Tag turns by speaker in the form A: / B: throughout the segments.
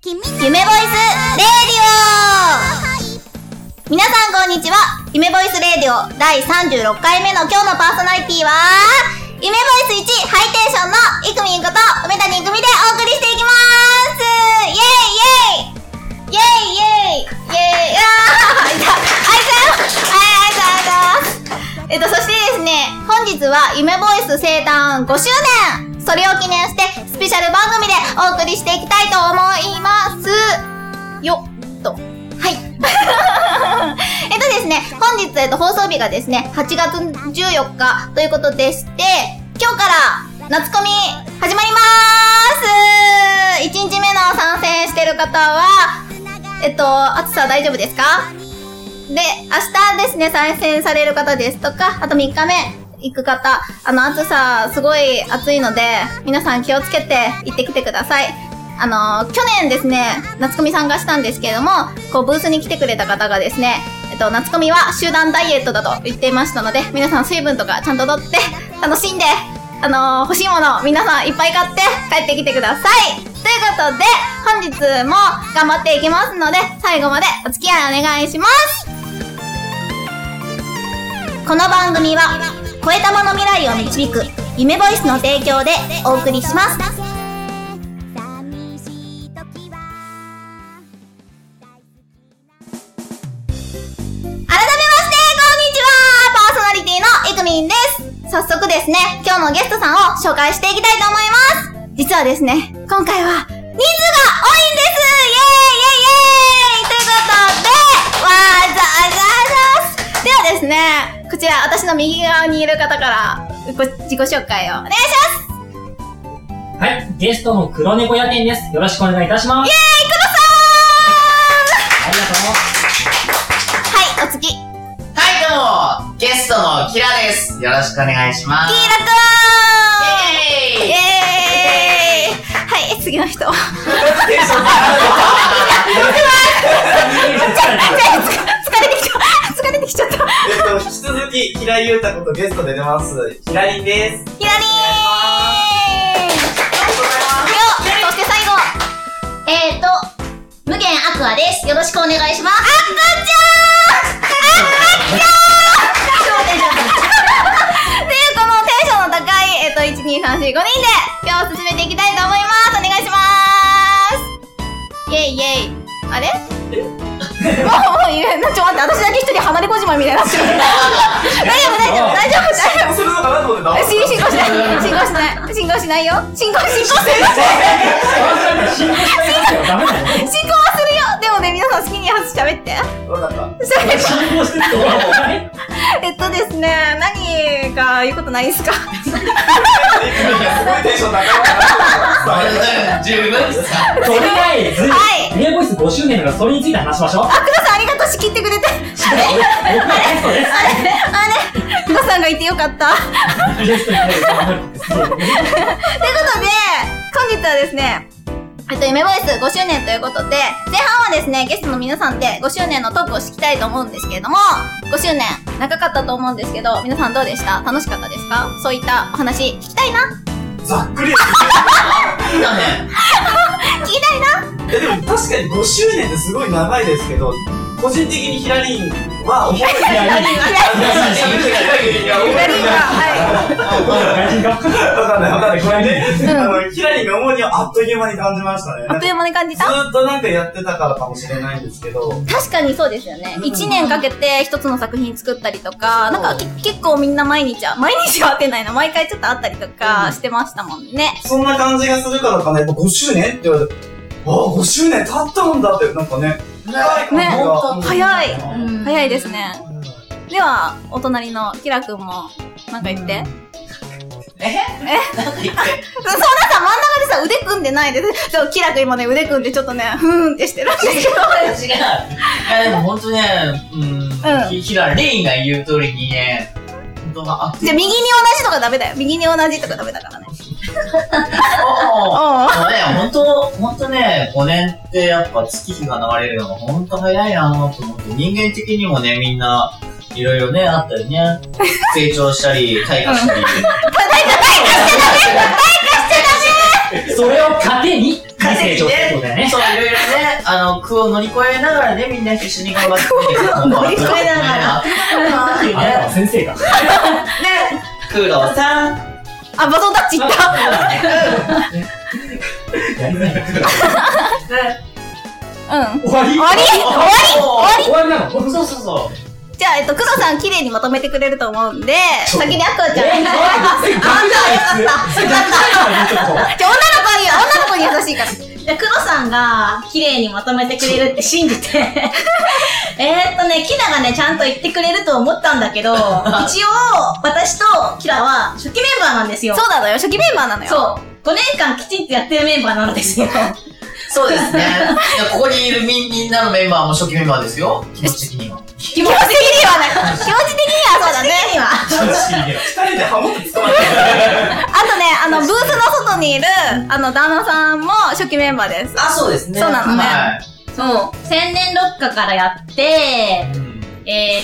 A: 君の
B: 夢ボイスレディオ皆さんこんにちは夢ボイスレディオ第36回目の今日のパーソナリティは夢ボイス1ハイテンションのいくみんこと梅谷いくみでお送りしていきますイェイイェイイェイイェイイェイあーいたあいたよはいあいたあいたえっとそしてですね本日は夢ボイス生誕5周年それを記念してスペシャル番組でお送りしていきたいと思いますよっと。はい。えっとですね、本日、えっと、放送日がですね、8月14日ということでして、今日から夏コミ始まりまーす !1 日目の参戦してる方は、えっと、暑さ大丈夫ですかで、明日ですね、参戦される方ですとか、あと3日目行く方、あの、暑さ、すごい暑いので、皆さん気をつけて行ってきてください。あの、去年ですね、夏コミさんがしたんですけれども、こう、ブースに来てくれた方がですね、えっと、夏コミは集団ダイエットだと言っていましたので、皆さん水分とかちゃんととって、楽しんで、あの欲しいもの、皆さんいっぱい買って帰ってきてくださいということで、本日も頑張っていきますので、最後までお付き合いお願いしますこの番組は超えたもの未来を導く夢ボイスの提供でお送りします
A: 寂しい時は
B: 改めましてこんにちはパーソナリティのいくみんです早速ですね、今日のゲストさんを紹介していきたいと思います実はですね、今回は人数が多いんですイエーイイエーイイエーイということで、わーざあざあざーすではですね、こちら私の右側にいる方からご自己紹介をお願いします
C: はい、ゲストの黒猫屋店です。よろしくお願いいたします。
B: えい、黒さ
C: ありが
B: んはい、お
C: と
B: 次、キー
D: はい、どうも、ゲストのキラです。よろしくお願いしま
B: ラ
D: す。
B: くん
D: イ
B: イエーイ
D: ェーイ
B: はい、次の人。疲れてきちゃった。疲れてきちゃった。
E: えっと、引き続き、平井優太ことゲストで出ます。平井です。
B: ひらりーんよそして最後えーと、無限アクアです。よろしくお願いします。アクちゃんアクちゃんっていうこのテンションの高い、えっ、と、1、2、3、4、5人で今日を進めていきたいと思います。お願いしますイェイイェイ。あれもう、もう言えんな。ちょ、待って、私だけ一人離れ小島みたいにな ってる。大丈夫、大丈夫、大丈夫、大丈夫。
E: するのかなと思ってた。
B: 進行し ない進行しない進行しないよ進行進行する
C: うございます。信号しないよ。ダメだよ。
B: 進行はするよでもね皆さん好きにやつ喋って
E: わかった。
B: 喋って
C: 信号してると思う。はい
B: えっとですね何か言うことないですか
E: すごいテンション高いから。伝わる
D: 十分ですか
C: とりあえず、
B: はい
C: ミヤボイス5周年だからそれについて話しましょう。
B: あ、くさんありがとう仕切ってくれて
C: 僕はゲストです。
B: あれあれくさんがいてよかった
C: ゲストに出る頑張るってすごい
B: とい
C: ね。
B: うことで、本日はですね、えっと、夢ボイス5周年ということで、前半はですね、ゲストの皆さんで5周年のトークをしてきたいと思うんですけれども、5周年、長かったと思うんですけど、皆さんどうでした楽しかったですかそういったお話、聞きたいな
E: ざっくり。
D: いいだね。
B: 聞きたいな
E: え、でも確かに5周年ってすごい長いですけど、個人的にヒラリンは思い出
C: いやいや
B: 左が、は
C: 外人が。
E: わかんないわかんない。これね、
B: うん
E: あの、ヒラリンの主にあっという間に感じましたね。
B: い。あっという間に感じ
E: ず
B: た
E: ーっとなんかやってたからかもしれないんですけど、
B: 確かにそうですよね。1年かけて一つの作品作ったりとか、なんかけ結構みんな毎日は、毎日は会ってないな、毎回ちょっと会ったりとかしてましたもんね。
E: そんな感じがするからかな、やっぱ5周年って言われて、ああ、5周年経ったんだって、なんかね、早い
B: ね
E: 感じが。
B: 早い早いですね。では、お隣のキラくんも、なんか言って。
D: なんか言って。
B: そう、なんか真ん中でさ、腕組んでないで、そう、キラくん今ね、腕組んでちょっとね、ふーんってしてるんですけ ど。
D: 違う。いや、でも本当ね、うん、ひひら、レインが言う通りにね、本当は、あ、
B: じゃあ、右に同じとかダメだよ。右に同じとかダメだからね。
D: おー
B: おう
D: そうね、本当、本当ね、5年ってやっぱ月日が流れるのが本当早いなと思って、人間的にもね、みんな、いろいろね、あったりね、成長したり、退化したり。退化しちゃダメ退化しちゃダメ
C: それを糧に、成長していくことだよね。
D: そう、いろいろね、あの、苦を乗り越えながらね、みんな一緒に頑張って
B: 苦を乗り越えながら。
D: はい
C: あなたは
D: ね、
C: 先生が。
D: 苦労さん。
B: あ、バトンタッチいった。
C: やりづらいな
B: うん。
C: 終わり
B: 終わり終わり
C: 終わりなの
D: そうそうそう。
B: じゃあ、えっと、クソさん綺麗にまとめてくれると思うんで、
C: ちょ
B: 先にアクアちゃん。
C: え
B: あんた、よ
C: ー怖い
B: かった、よかった。
C: ちょっ
B: じゃあ、女の子に、女の子に優しいから。
F: じゃあ、黒さんが綺麗にまとめてくれるって信 じて。えーっとね、キラがね、ちゃんと言ってくれると思ったんだけど、一応、私とキラは初期メンバーなんですよ。
B: そうなのよ、初期メンバーなのよ。
F: そう。5年間きちんとやってるメンバーなんですよ。
D: そうですね。いやここにいるみみんなのメンバーも初期メンバーですよ。気持ち的には。
B: 気持ち的にはね、気持ち的にはそうだね。
F: キラは。
C: と待って
E: 二人でハモって捕まってる。
B: あとね、あの、ブースの外にいる、あの、旦那さんも初期メンバーです。
D: あ、そうですね
B: そうなのね
D: はい。
F: そう。千年六花からやって、え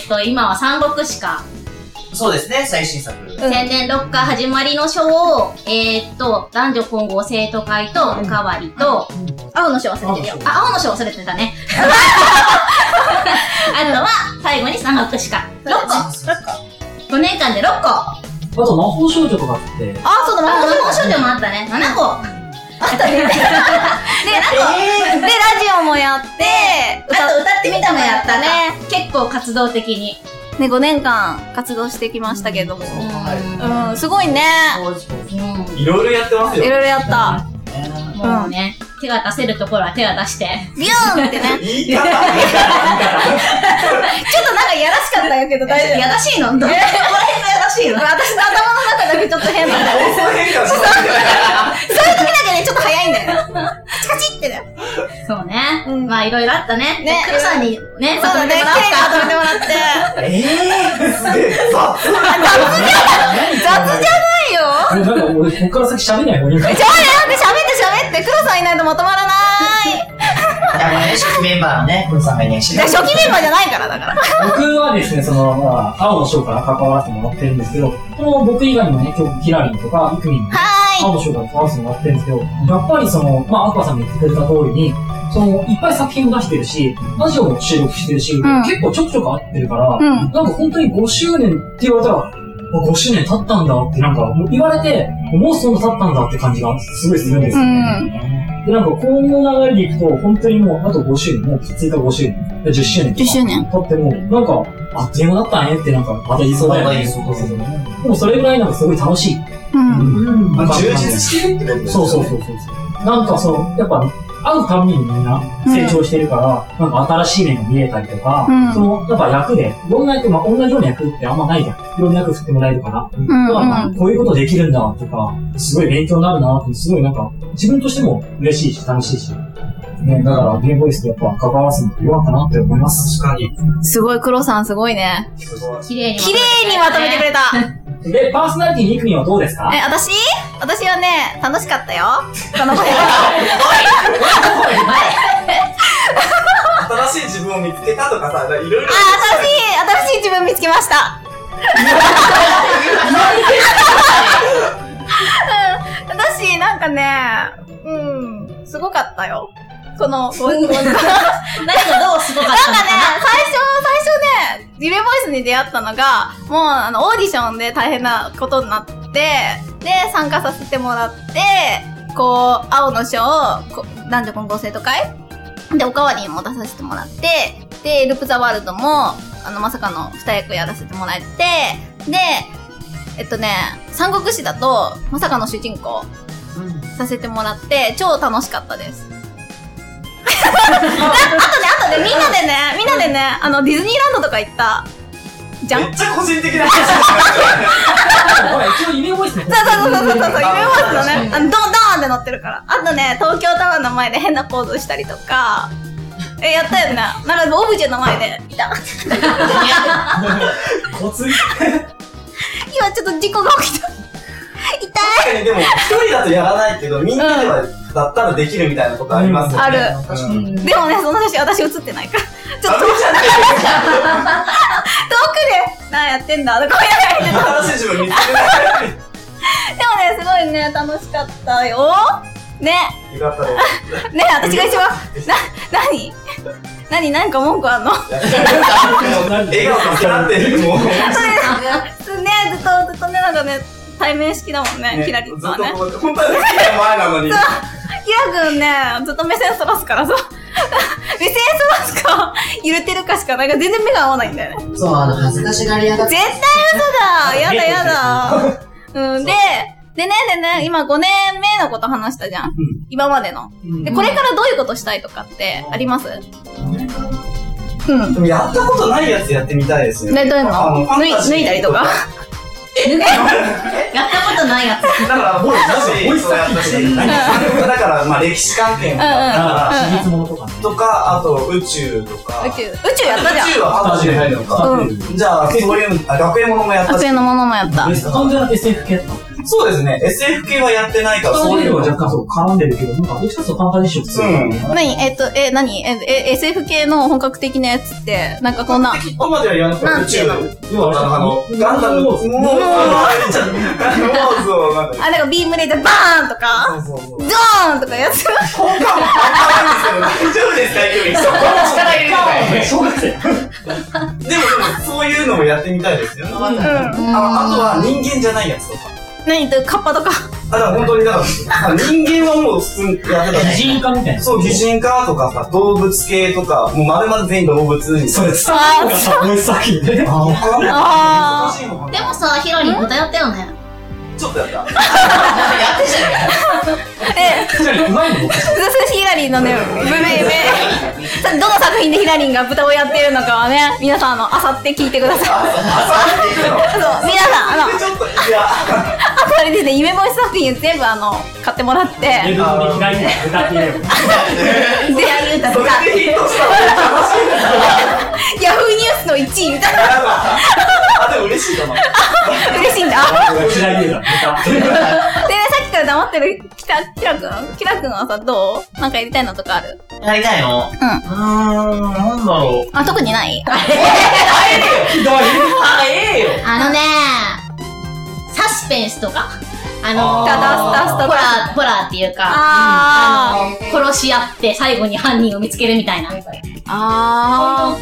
F: ーっと、今は三国志か。
D: そうですね、最新作。
B: うん
F: 千年六花始まりの書を、えーっと、男女混合生徒会と、おかわりと、
B: 青の章忘れてるよ。
F: あ、青の章忘れてたね。あとは、最後に三国しか。6個
D: そうそうそう
F: !5 年間で6個あ、
C: あと魔法少女とかって、
B: あ、そうだ、魔法
F: 魔
B: 少
F: 法
B: 女。
F: 少女もあったね。7個
B: あったね。で、なんか、で、ラジオもやって、
F: あと歌ってみたもやった
B: やっ
F: ね。結構活動的に。
B: ね、5年間活動してきましたけども。
F: うん。
B: うん、すごいね。
F: うん
E: いろいろやってます
B: いろい
E: よ。
B: ろやった。
F: もうね、手が出せるところは手が出して。
B: ビューンってね。
E: 言い方。
B: ちょっとなんかやらしかったんやけど、大丈夫。
F: やらしいのどこら辺がやらしいの
B: 私の頭の中だけちょっと 変なんだよ。
E: 放送変化し
B: そういう時だけね、ちょっと早いんだよ。カチカチってだよ。
F: そうね。
B: うん
F: まあ、いろいろあったね。
B: ね
F: 黒さんにね、
B: そうだね、綺麗に
F: まとめてもらおうか
B: まとめてもらって。
E: てる。えー、 すげえ。さあ、
B: 雑じゃないよ
C: 俺なんか俺、こっから先喋んない方がいいんか
B: ちょ、待って、喋って喋って、黒さんいないとまとまらない。
D: やっぱね、初期メンバーのね、この3名に
B: じゃあ初期メンバーじゃないから、だから。
C: 僕はですね、その、まあ、青の章から関わらせてもらってるんですけど、この僕以外にもね、今日、キラリンとか、イクミンも、
B: は
C: 青の章から関わらせてもらってるんですけど、やっぱりその、まあ、アッパーさんが言ってくれた通りに、その、いっぱい作品を出してるし、ラジオも収録してるし、
B: ん
C: 結構ちょくちょく会ってるから、
B: ーい。うん。
C: なんか本当に5周年って言われたら、あ5周年経ったんだってなんかもう言われて、もうそんな経ったんだって感じがすごいするんですよ、ね。で、なんかこの流れでいくと、本当にもうあと5周年、もうきついた5周年、10周年とか。
B: 10周年
C: 経ってもう、なんか、あっという間だったねってなんか、また言いそうだよね。
D: また言いそう
C: でもそれぐらいなんかすごい楽しい。
B: うん。
C: うん
E: まあ充実してるってことです
C: そうそう
E: う。
C: そうそう。なんかその、やっぱ、会うたびにみんな成長してるから、なんか新しい面が見えたりとか、
B: うん
C: その、やっぱ役で、いろんな役、まあ、同じような役ってあんまないじゃん。いろんな役振ってもらえるから。
B: ん
C: だから、こういうことできるんだとか、すごい勉強になるなって、すごいなんか、自分としても嬉しいし、楽しいし。ね、だから、ゲームボイスとやっぱ関わらせるのってよかったなって思います。
E: 確かに。
B: すごい、黒さんすごいね。
E: すごい。
F: 綺麗に
B: 綺麗にまとめてくれた。
C: で、パーソナリティに行くにはどうですか
B: え、私私はね、楽しかったよ。この子
E: 新しい自分を見つけたとかさ、いろいろ
B: あ、。新しい、新しい自分見つけました。私、なんかね、うん、すごかったよ。この、ごなんかね、最初、
F: 何がどうすごかったのかな
B: 最初ね、リレーボイスに出会ったのが、もう、あの、オーディションで大変なことになって、で、参加させてもらって、こう、青の章、こ男女混合生徒会で、おかわりも出させてもらって、で、ループザワールドも、あの、まさかの二役やらせてもらえて、で、えっとね、三国志だと、まさかの主人公させてもらって、超楽しかった です。ああとね、あとね、みんなでね、みんなでね、あの、ディズニーランドとか行った、じゃん
E: めっちゃ個人的な話。
C: ほら、一応夢ボイスね。
B: そうそうそうそうそう、夢ボイスの
E: あ
B: ね、あの、ドンドーンって乗ってるから。あとね、東京タワーの前で変なポーズしたりと か、え、やったよね。なんかオブジェの前で、いた。
E: コツ。確
B: 今ちょっと事故が起きた。痛
E: かにでも、一人だとやらないけど、みんなでは、だったらできるみたいなことありますよね。
B: うんあ
E: る。うん
B: い。でもね、その写真私写ってないから。ちょっと遠
E: ダメじゃない
B: くで、なんやってんだとか言いながら見てた。
E: 新しい自分見つけたい。
B: でもね、すごいね、楽しかったよ。ね、
E: よかったで
B: ね、私が一番、な、なになに、なんか文句あんのね、
E: す。笑顔が光ってる、もう。
B: ずっと、ずっとね、なんかね、対面式だもんね、
E: ね
B: キラリン
E: ず
B: と
E: っ
B: は
E: と
B: ね。
E: こう、本当は好きな前なのに。
B: キラくんね、ずっと目線そらすからさ、目線そらすか、揺れてるかしか、なんか全然目が合わないんだよね。
D: そう、あの、恥ずかしがり屋だっ
B: 絶対嘘だやだやだうん、で、でね、でね、今5年目のこと話したじゃん。今までの。で、これからどういうことしたいとかってありますうん。
E: でもやったことないやつやってみたいですよね。
B: ね、どういう
E: あの
B: の脱い脱いだりとか。
G: やったことない やつ。
E: だから、ボイ
C: ボイ
E: ス、
C: ス
E: そうやったし、だから、まあ、歴史関係と
B: うんうん
E: か、
C: なんか、秘密物とかね。
E: とか、あと、宇宙とか。
B: 宇宙、宇宙やったじゃん
E: 宇。宙はファンタジーじゃないのか。
B: う
E: じゃあ、そういう、あ学園ものもやった
B: 学
E: し。
B: 園のものもやった。
C: 完全な SF 系だった。
E: そうですね、SF 系はやってないから、
C: そ
E: そうう
C: い
E: いうう
C: の
E: の
C: は
E: は
C: 若干そう絡んでるけど、なんかどっちかというとファンタジー色強い、ね。
B: 何えっと、え、何え、え、SF 系の本格的なやつって、なんかこんな、
E: ここまでは言わなくても宇宙の、
C: 要は
E: あの、
C: れ
E: ガンダムの、もう、もう、もう、そう、なんか、
B: あ、なんかビームレーザーバーンとか、
E: そうそうそう。
B: ドーンとかやつ。
E: 効果も半端ないですけど、大丈夫ですか、距離。そこの
C: 小学
E: 力入れて
C: 生。
E: でも、そういうのもやってみたいですよね。あ
B: うん。
E: あとは、人間じゃないやつとか。
B: 何と、カッパとか。
E: あ、だから本当に、だから、人間はもう普通にやってた
C: 擬人化みたいな。
E: そう、擬人化とかさ、動物系とか、もう丸々全員動物に。
C: それ、伝わるのがさ、俺さっきね。
E: あ、わかんない。
B: あ
E: 難しいのか
G: で
E: な
G: もさ、ヒロリン偏ったよね。
E: ちょっとやった。
C: うまいの
B: そしてヒラリンのね、ブレイブ さどの作品でヒラリンが豚をやっているのかはね、皆さん、あの、あさって聞いてください。そう、皆さん、あの、
E: ちょっと、いや、
B: あとあれですね、夢ボイス作品全部あの、買ってもらって、
C: レ
B: で、
C: ブンで開いて歌っていれば。
B: 言うた
E: それでヒットしたら楽しいです
B: ヤフーニュースの1位みたいな、
E: あ、でも嬉しいかな。
B: 嬉 しいんだ。
C: 口だけ
B: で、
C: だ、
B: さっきから黙ってるキラ、キラくんキラくんはさ、どうなんかやりたいのとかある
D: やりたいのうん。うーん、なんだろう。
B: あ、特にない
C: ひどい。
D: あ、ええよ
F: あのねサスペンスとか、あの
B: スタダスタスタ
F: ホラー、ホラーっていうか、
B: あ
F: あの、殺し合って最後に犯人を見つけるみたいな。
B: ー。 あ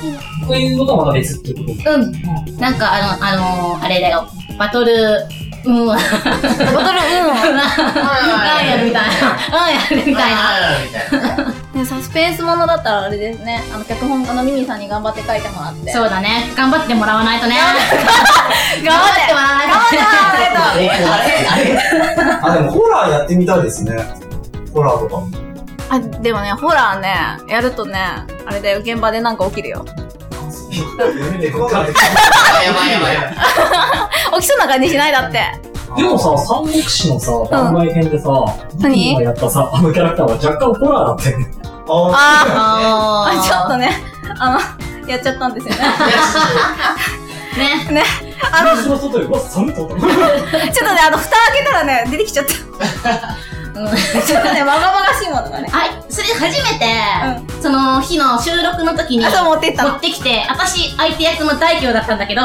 C: こういうのとはまた別ってこと。
F: うん。なんかあの、あのあれだよ、バトル、うん、ガ
B: ー。ボトル、
F: ンやるみたいな、ガンやるみたいな。
D: あーみたいな。
B: うん。ね、サスペンスものだったらあれですね、あの、脚本家のミミさんに頑張って書いてもらって。
F: そうだね。頑張ってもらわないとね。
B: 頑張ってもらわないと。頑張ってもらわないと。
D: えあれあれ
E: あ、でもホラーやってみたいですね。ホラーとかも。
B: あ、でもね、ホラーね、やるとね、あれだよ、現場でなんか起きるよ。
D: あやばいやばいやば
B: 起
D: い。
B: きそうな感じしないだって。
C: でもさ、三国志のさ、番外編でさ、
B: 何
C: 今やったさ、あのキャラクターは若干ホラーだったよね。
B: あ
E: あ
B: ー
F: あ
B: あ、ちょっ
F: と
B: とね、あの、やっちゃったんですよね。
F: ね。
B: あの、
C: 私の外よ、うわ、寒いと思った。
B: ちょっとね、あの、蓋開けたらね、出てき ちゃった。ちょっとね、まがまがしいものがね。
F: あ、それ初めて、その日の収録の時に、
B: あ、そう
F: 持
B: 持ってったの。う
F: っ
B: ん。
F: てきて、私、相手役の大凶だったんだけど、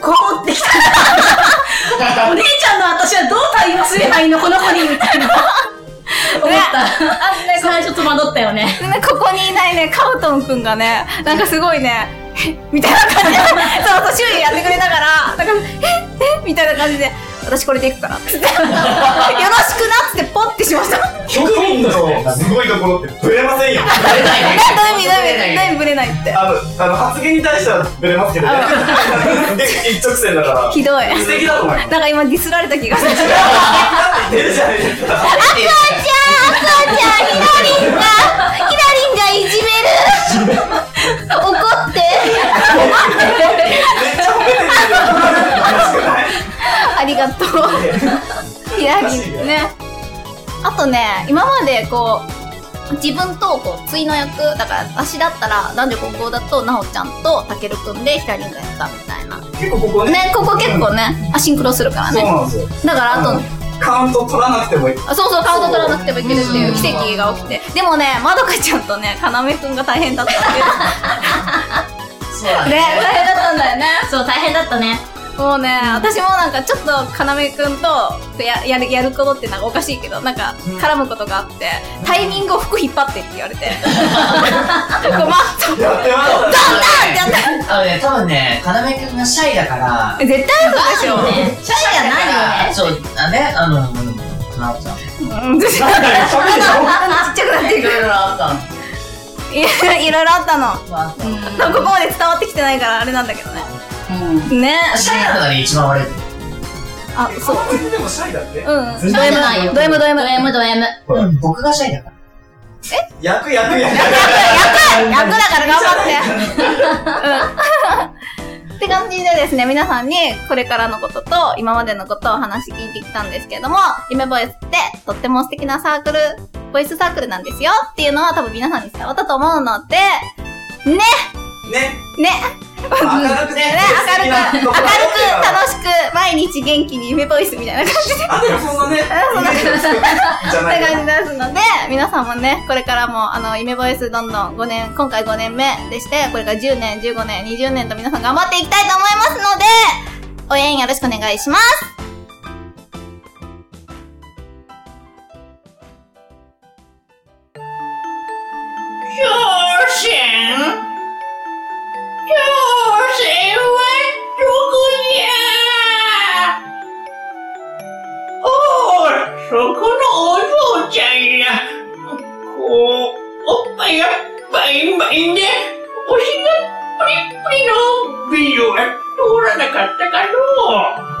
F: こう持ってきた。お姉ちゃんの私はどう対応すればいいのこの子にみたいな。思った。
B: あのね、
F: 最初戸惑ったよね。
B: でねここにいないね、カウトンくんがね、なんかすごいね、えみたいな感じ で、そうそう、周囲やってくれながら、なんか、ええみたいな感じで、私これでいく から、つって、よろしくなっつってポッてしました。なん
E: ー局員のすごいところってブレませんよ。
D: やりたいね
B: だ意味、だ意味、だ意味ぶれないって。
E: あの、あの発言に対してはブレますけどね。一直線だから。
B: ひどい。
E: 素敵だと思います。
B: なんか今ディスられた気がする。
E: 出るじゃないですか。
F: じゃあ、ひらりんが、ひらりんがいじめる。怒って。
E: めっちゃ褒めてるけど、楽しくない
B: ありがとう。いや、ね。あとね、今までこう、自分とこう、対の役、だから私だったら、男女混合だと、なおちゃんとたけるくんで、ひかりんがやったみたいな。
E: 結構ここね。
B: ね、ここ結構ね、アシンクロするから
E: そう
B: ね。
E: なんですよ。
B: だからあと、
E: カウント取らなくてもいい。
B: あそうそう、カウント取らなくてもいけるっていう奇跡が起きて。でもね、まどかちゃんとね、かなめくんが大変だったっていう。
D: そうだ
B: ね、
D: ね。
B: 大変だったんだよね。
F: そう、大変だったね。
B: う
H: もうね、私もなんかちょっと要くんとややるやることってなんかおかしいけど、なんか絡むことがあって、タイミングを服引っ張ってって言われて。こうマット。
E: やってましたね。
D: あのね、多分ね、かなめくんがシャイだから、
H: 絶対嘘でしょ。
F: シャイじゃないよね。
D: そう、あね、あの、なおちゃん。
H: うん絶対
E: なんかね、喋る
H: ちっ
E: でしょ
H: ちゃくなって
D: い
H: いく。
D: ろいろあった
H: いやいろいろあったの。
D: の。まあ、
H: ここまで伝わってきてないからあれなんだけどね。ね。
D: シャイなのがね、一番悪い。
H: あ、そう。
E: この辺でもシャイだって。
H: うん。
F: シャイじゃないよ。
H: ド M ド M
F: ド M ド M。
D: うん、僕がシャイだから。
E: 役役役役。
H: 役だから頑張って。うん。って感じでですね、皆さんにこれからのことと今までのことをお話聞いてきたんですけれども、夢ボイスってとっても素敵なサークル、ボイスサークルなんですよっていうのは多分皆さんに伝わったと思うので、ね
E: ね。
H: ね
E: 明るくね。
H: ね明るく、明るく、楽しく、毎日元気に夢ボイスみたいな感じで
E: あ、でもそんなね。じゃ
H: こん
E: な
H: ない感じですので、皆さんもね、これからも、あの、夢ボイスどんどん5年、今回5年目でして、これから10年、15年、20年と皆さん頑張っていきたいと思いますので、応援よろしくお願いします。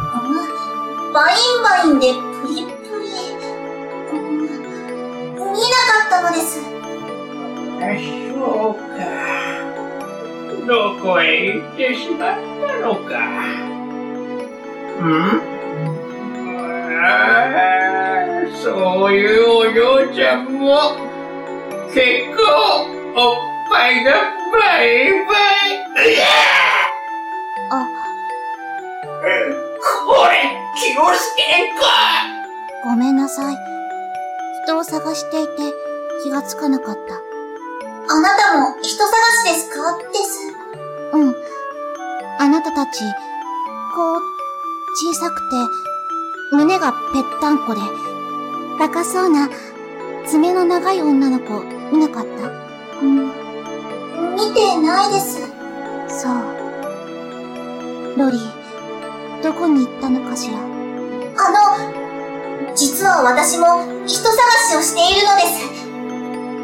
I: バインバインでプリップリ。うん見なかったのです。
J: そうか。どこへ行ってしまったのか。んああ、そういうお嬢ちゃんも、結構、おっぱいがバイバイ。うや
I: あ
J: えこれ、気をつけんか
I: ごめんなさい。人を探していて気がつかなかった。あなたも人探しですかです。うん。あなたたち、こう、小さくて、胸がぺったんこで、高そうな、爪の長い女の子、見なかったうん。見てないです。そう。ロリ、どこに行ったのかしらあの、実は私も人探しをしているのです。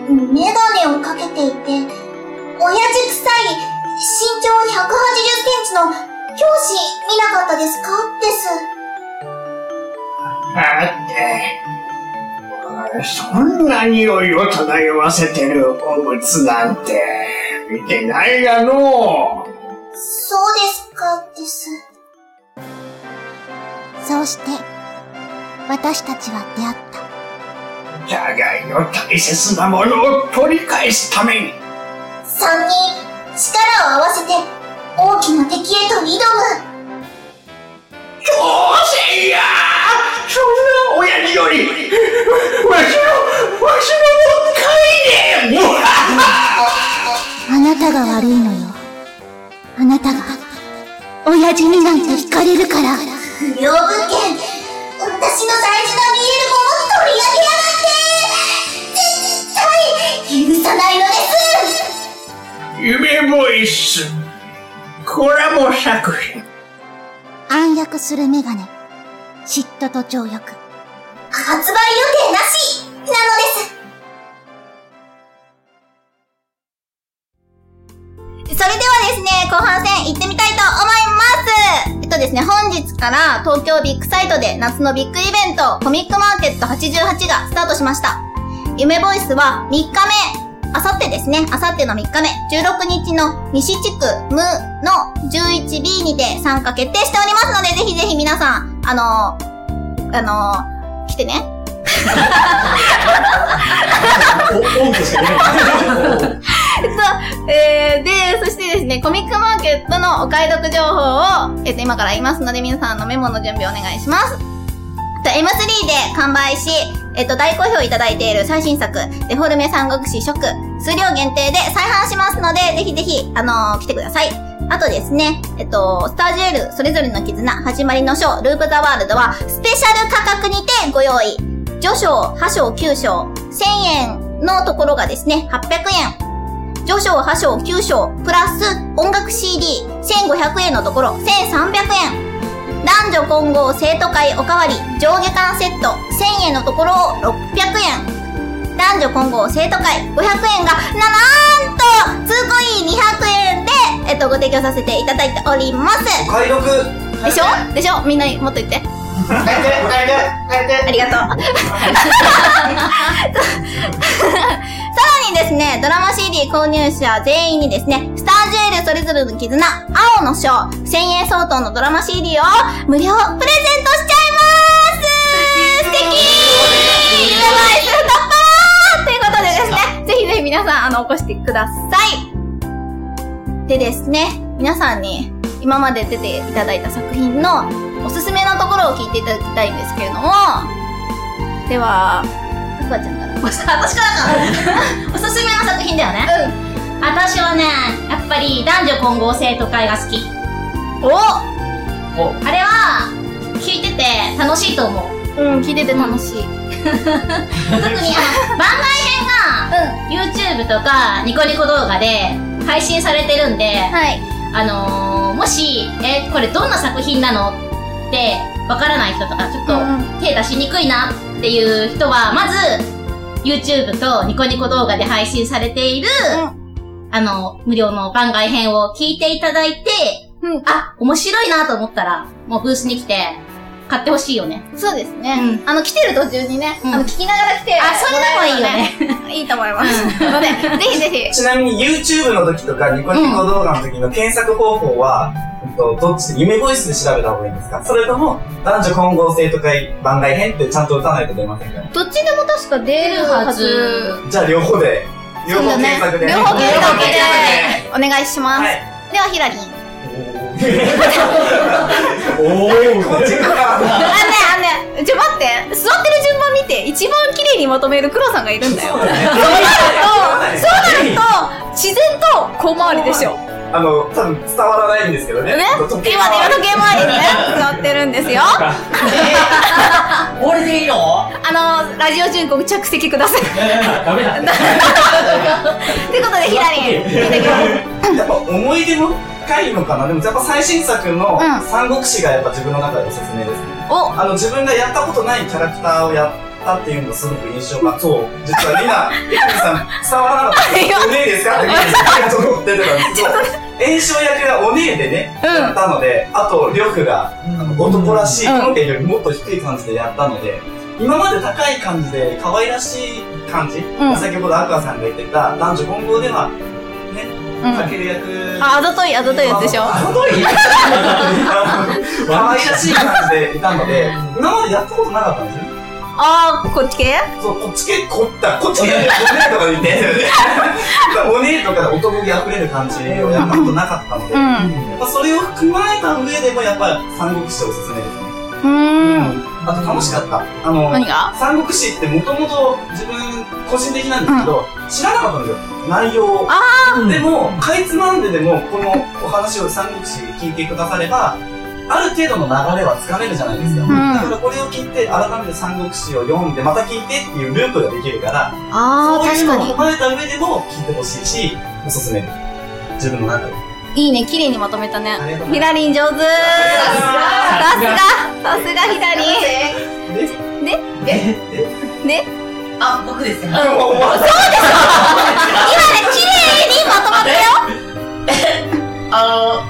I: メガネをかけていて、親父臭い身長180センチの教師見なかったですかです。
J: だって、そんな匂いを漂わせてるお物なんて、見てないがのう。
I: そうですかです。そうして、私たちは出会った。
J: 互いの大切なものを取り返すために。
I: 三人、力を合わせて、大きな敵へと挑む。
J: どうせいやそんな親父より、わしの、わしのもんかいね
I: あなたが悪いのよ。あなたが、親父になんて惹かれるから。不良物件、私の大事な見えるもの取り上げやがって絶対許さないのです
J: 夢ボイス、コラボ作品。
I: 暗躍するメガネ、嫉妬と情欲。発売予定なしなのです
B: それではですね、後半戦行ってみたいと思いますえっとですね、本日から東京ビッグサイトで夏のビッグイベントコミックマーケット88がスタートしました。夢ボイスは3日目、あさってですね、あさっての3日目、16日の西地区ムの 11B にて参加決定しておりますので、ぜひぜひ皆さん、あのー、あのー、来てね。
E: お、おんとしてね。
B: えー、で、そしてですね、コミックマーケットのお買い得情報を、えっ、と、今から言いますので、皆さんのメモの準備お願いします。と M3 で完売し、えっと、大好評いただいている最新作、デフォルメ三国志食、数量限定で再販しますので、ぜひぜひ、あのー来てください。あとですね、えっと、スタジュエル、それぞれの絆、始まりの章、ループザワールドは、スペシャル価格にてご用意。序章、破章、9章、1000円のところがですね、800円。序章、破章、9章、プラス音楽 CD、1500円のところ、1300円。男女混合生徒会おかわり上下巻セット1000円のところを600円男女混合生徒会500円がななんと通コイン200円で、えっと、ご提供させていただいております
E: お買い得
B: でしょでしょみんなにもっと言って
D: 変えて変えて変えて
B: ありがとう。さらにですね、ドラマ CD 購入者全員にですね、スタージュエルそれぞれの絆、青の章、1000円相当のドラマ CD を無料プレゼントしちゃいます素敵やばい、スーパーということでですね、ぜひぜひ皆さん、あの、起こしてください。でですね、皆さんに今まで出ていただいた作品のおすすめのところを聞いていただきたいんですけれども、では、ふわちゃんから。うん。
F: 私からかなおすすめの作品だよね。私はね、やっぱり男女混合生徒会が好き。
B: お
F: あれは、聞いてて楽しいと思う。
B: うん、聞いてて楽しい。うん。
F: 特にあの、番外編が、YouTube とかニコニコ動画で配信されてるんで、
B: はい。
F: あのー、もし、えーこれどんな作品なのって、わからない人とか、ちょっと手出しにくいなっていう人は、まず、YouTube とニコニコ動画で配信されている、あの、無料の番外編を聞いていただいて、
B: うん
F: あ、面白いなと思ったら、もうブースに来て、買ってほしいよね。
B: そうですね。
F: う
B: あの、来てる途中にね、
F: うん
B: あの、聞きながら来て、
F: あそれでもいいよね
B: もらえるのね。いいと思います。なので、ぜひぜひ。
E: ちなみに YouTube の時とかニコニコ動画の時の検索方法は、えっとどっちで夢ボイスで調べた方がいいんですかそれとも男女混合生徒会番外編ってちゃんと打たないと出ませんから
B: どっちでも確か出るはず。
E: じゃあ両方で両方検索で、
B: 両方検索で
E: 検
B: お願いします。
E: はい
B: では、ひらりん。あねえ、あね
C: おー
E: 索でこっちか
B: え、ちょ、待って。座ってる順番見て、一番綺麗にまとめる黒さんがいるんだよ。そうなると、そうなると、自然と小回りでしょ。
E: あの多分伝わらないんですけどね
B: ね
E: 時計
B: 今ね、今時計回りにね、座ってるんですよ。
D: これでいいの
B: あの、ラジオ純国着席ください。
C: ダメだ。
B: ってことで、ひらりん。
E: やっぱ思い出深いのかなでもやっぱ最新作の
B: ん
E: 「三国志」がやっぱ自分の中でおすすめですね、
B: お
E: あの自分がやったことないキャラクターをやったっていうのがすごく印象がそう実はリナエクミさん伝わらなかったですお姉ですかって言って出てたんですけど炎症役がお姉でね、
B: うん
E: やったのであと呂布があの男らしい
B: うん
E: 本編よりもっと低い感じでやったので、今まで高い感じで可愛らしい感じ、
B: ん
E: 先ほどアクアさんが言ってた男女混合ではね、かける役
B: あ、あざとい、あざといやつでしょ。
E: ああどい可愛らしい感じでいたので、今までやったことなかったんですよ。
B: あー、こっち系
E: そう、こっち系、こった、こっち系、おねえとか言って、おねえとかで男気溢れる感じをやったことなかったので、
B: う
E: やっ
B: ん。
E: ぱそれを踏まえた上でもやっぱ三国志おすすめですね。
B: うーん。
E: あと楽しかった。あの、
B: 何が
E: 三国志ってもともと自分個人的なんですけど、知らなかったんですよ内容をでもかいつまんででもこのお話を三国志聞いてくださればある程度の流れはつかめるじゃないですか、だからこれを聞いて改めて三国志を読んでまた聞いてっていうループができるから
B: あ
E: そ
B: ー、
E: うい
B: 確
E: うの
B: か
E: を
B: に
E: 踏。まえた上でも聞いてほしいしおすすめです自分の中で
B: いいね、綺麗にまとめたね
E: ありがと。うござ
B: ひ
E: い
B: らりん上手 さすがさすがひらりん
E: で
B: で
E: でで
B: ね、
D: あ、僕ですね。
E: もう終わった
B: 今ね、綺麗にまとまったよ
D: あ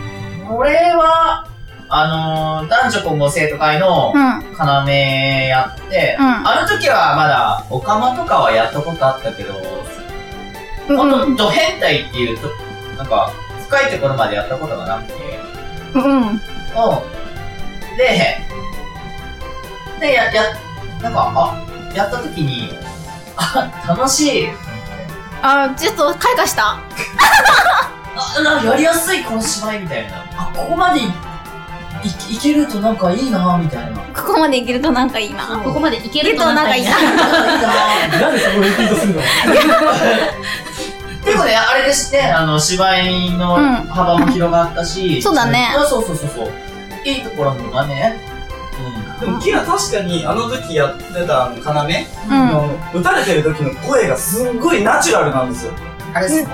D: の、これは、あのー、男女混合生徒会の
B: うん。
D: 要やって、
B: うん
D: あの時はまだ、オカマとかはやったことあったけど、
B: うん
D: ほん
B: うん
D: と、ド変態っていうと、なんか、深いところまでやったことがなくて、
B: うん。
D: うん。で、で、や、や、なんか、あ、やった時に、あ、楽しい。
B: あー、ちょっと開花した。
D: あ、なんかやりやすい、この芝居みたいな。あ、ここまでいいいけるとなんかいいなみたいな。
B: ここまでいけるとなんかいいな。
F: ここまでいけ
B: いけ
F: る
B: る
F: と
B: と
F: な
B: なんん
F: か
B: か
F: い
B: い
F: い
B: い
F: な
B: な。
C: なんでそこリピートするの
D: でもね、あれれして、あの、芝居の
B: うん
D: 幅も広がったし、
B: そうだね
D: そうそうそうそう。いいところもがね、うん。
E: でもキラ確かにあの時やってたあの要、
B: うん
E: の打たれてる時の声がすんごいナチュラルなんですよ。
D: あれ、す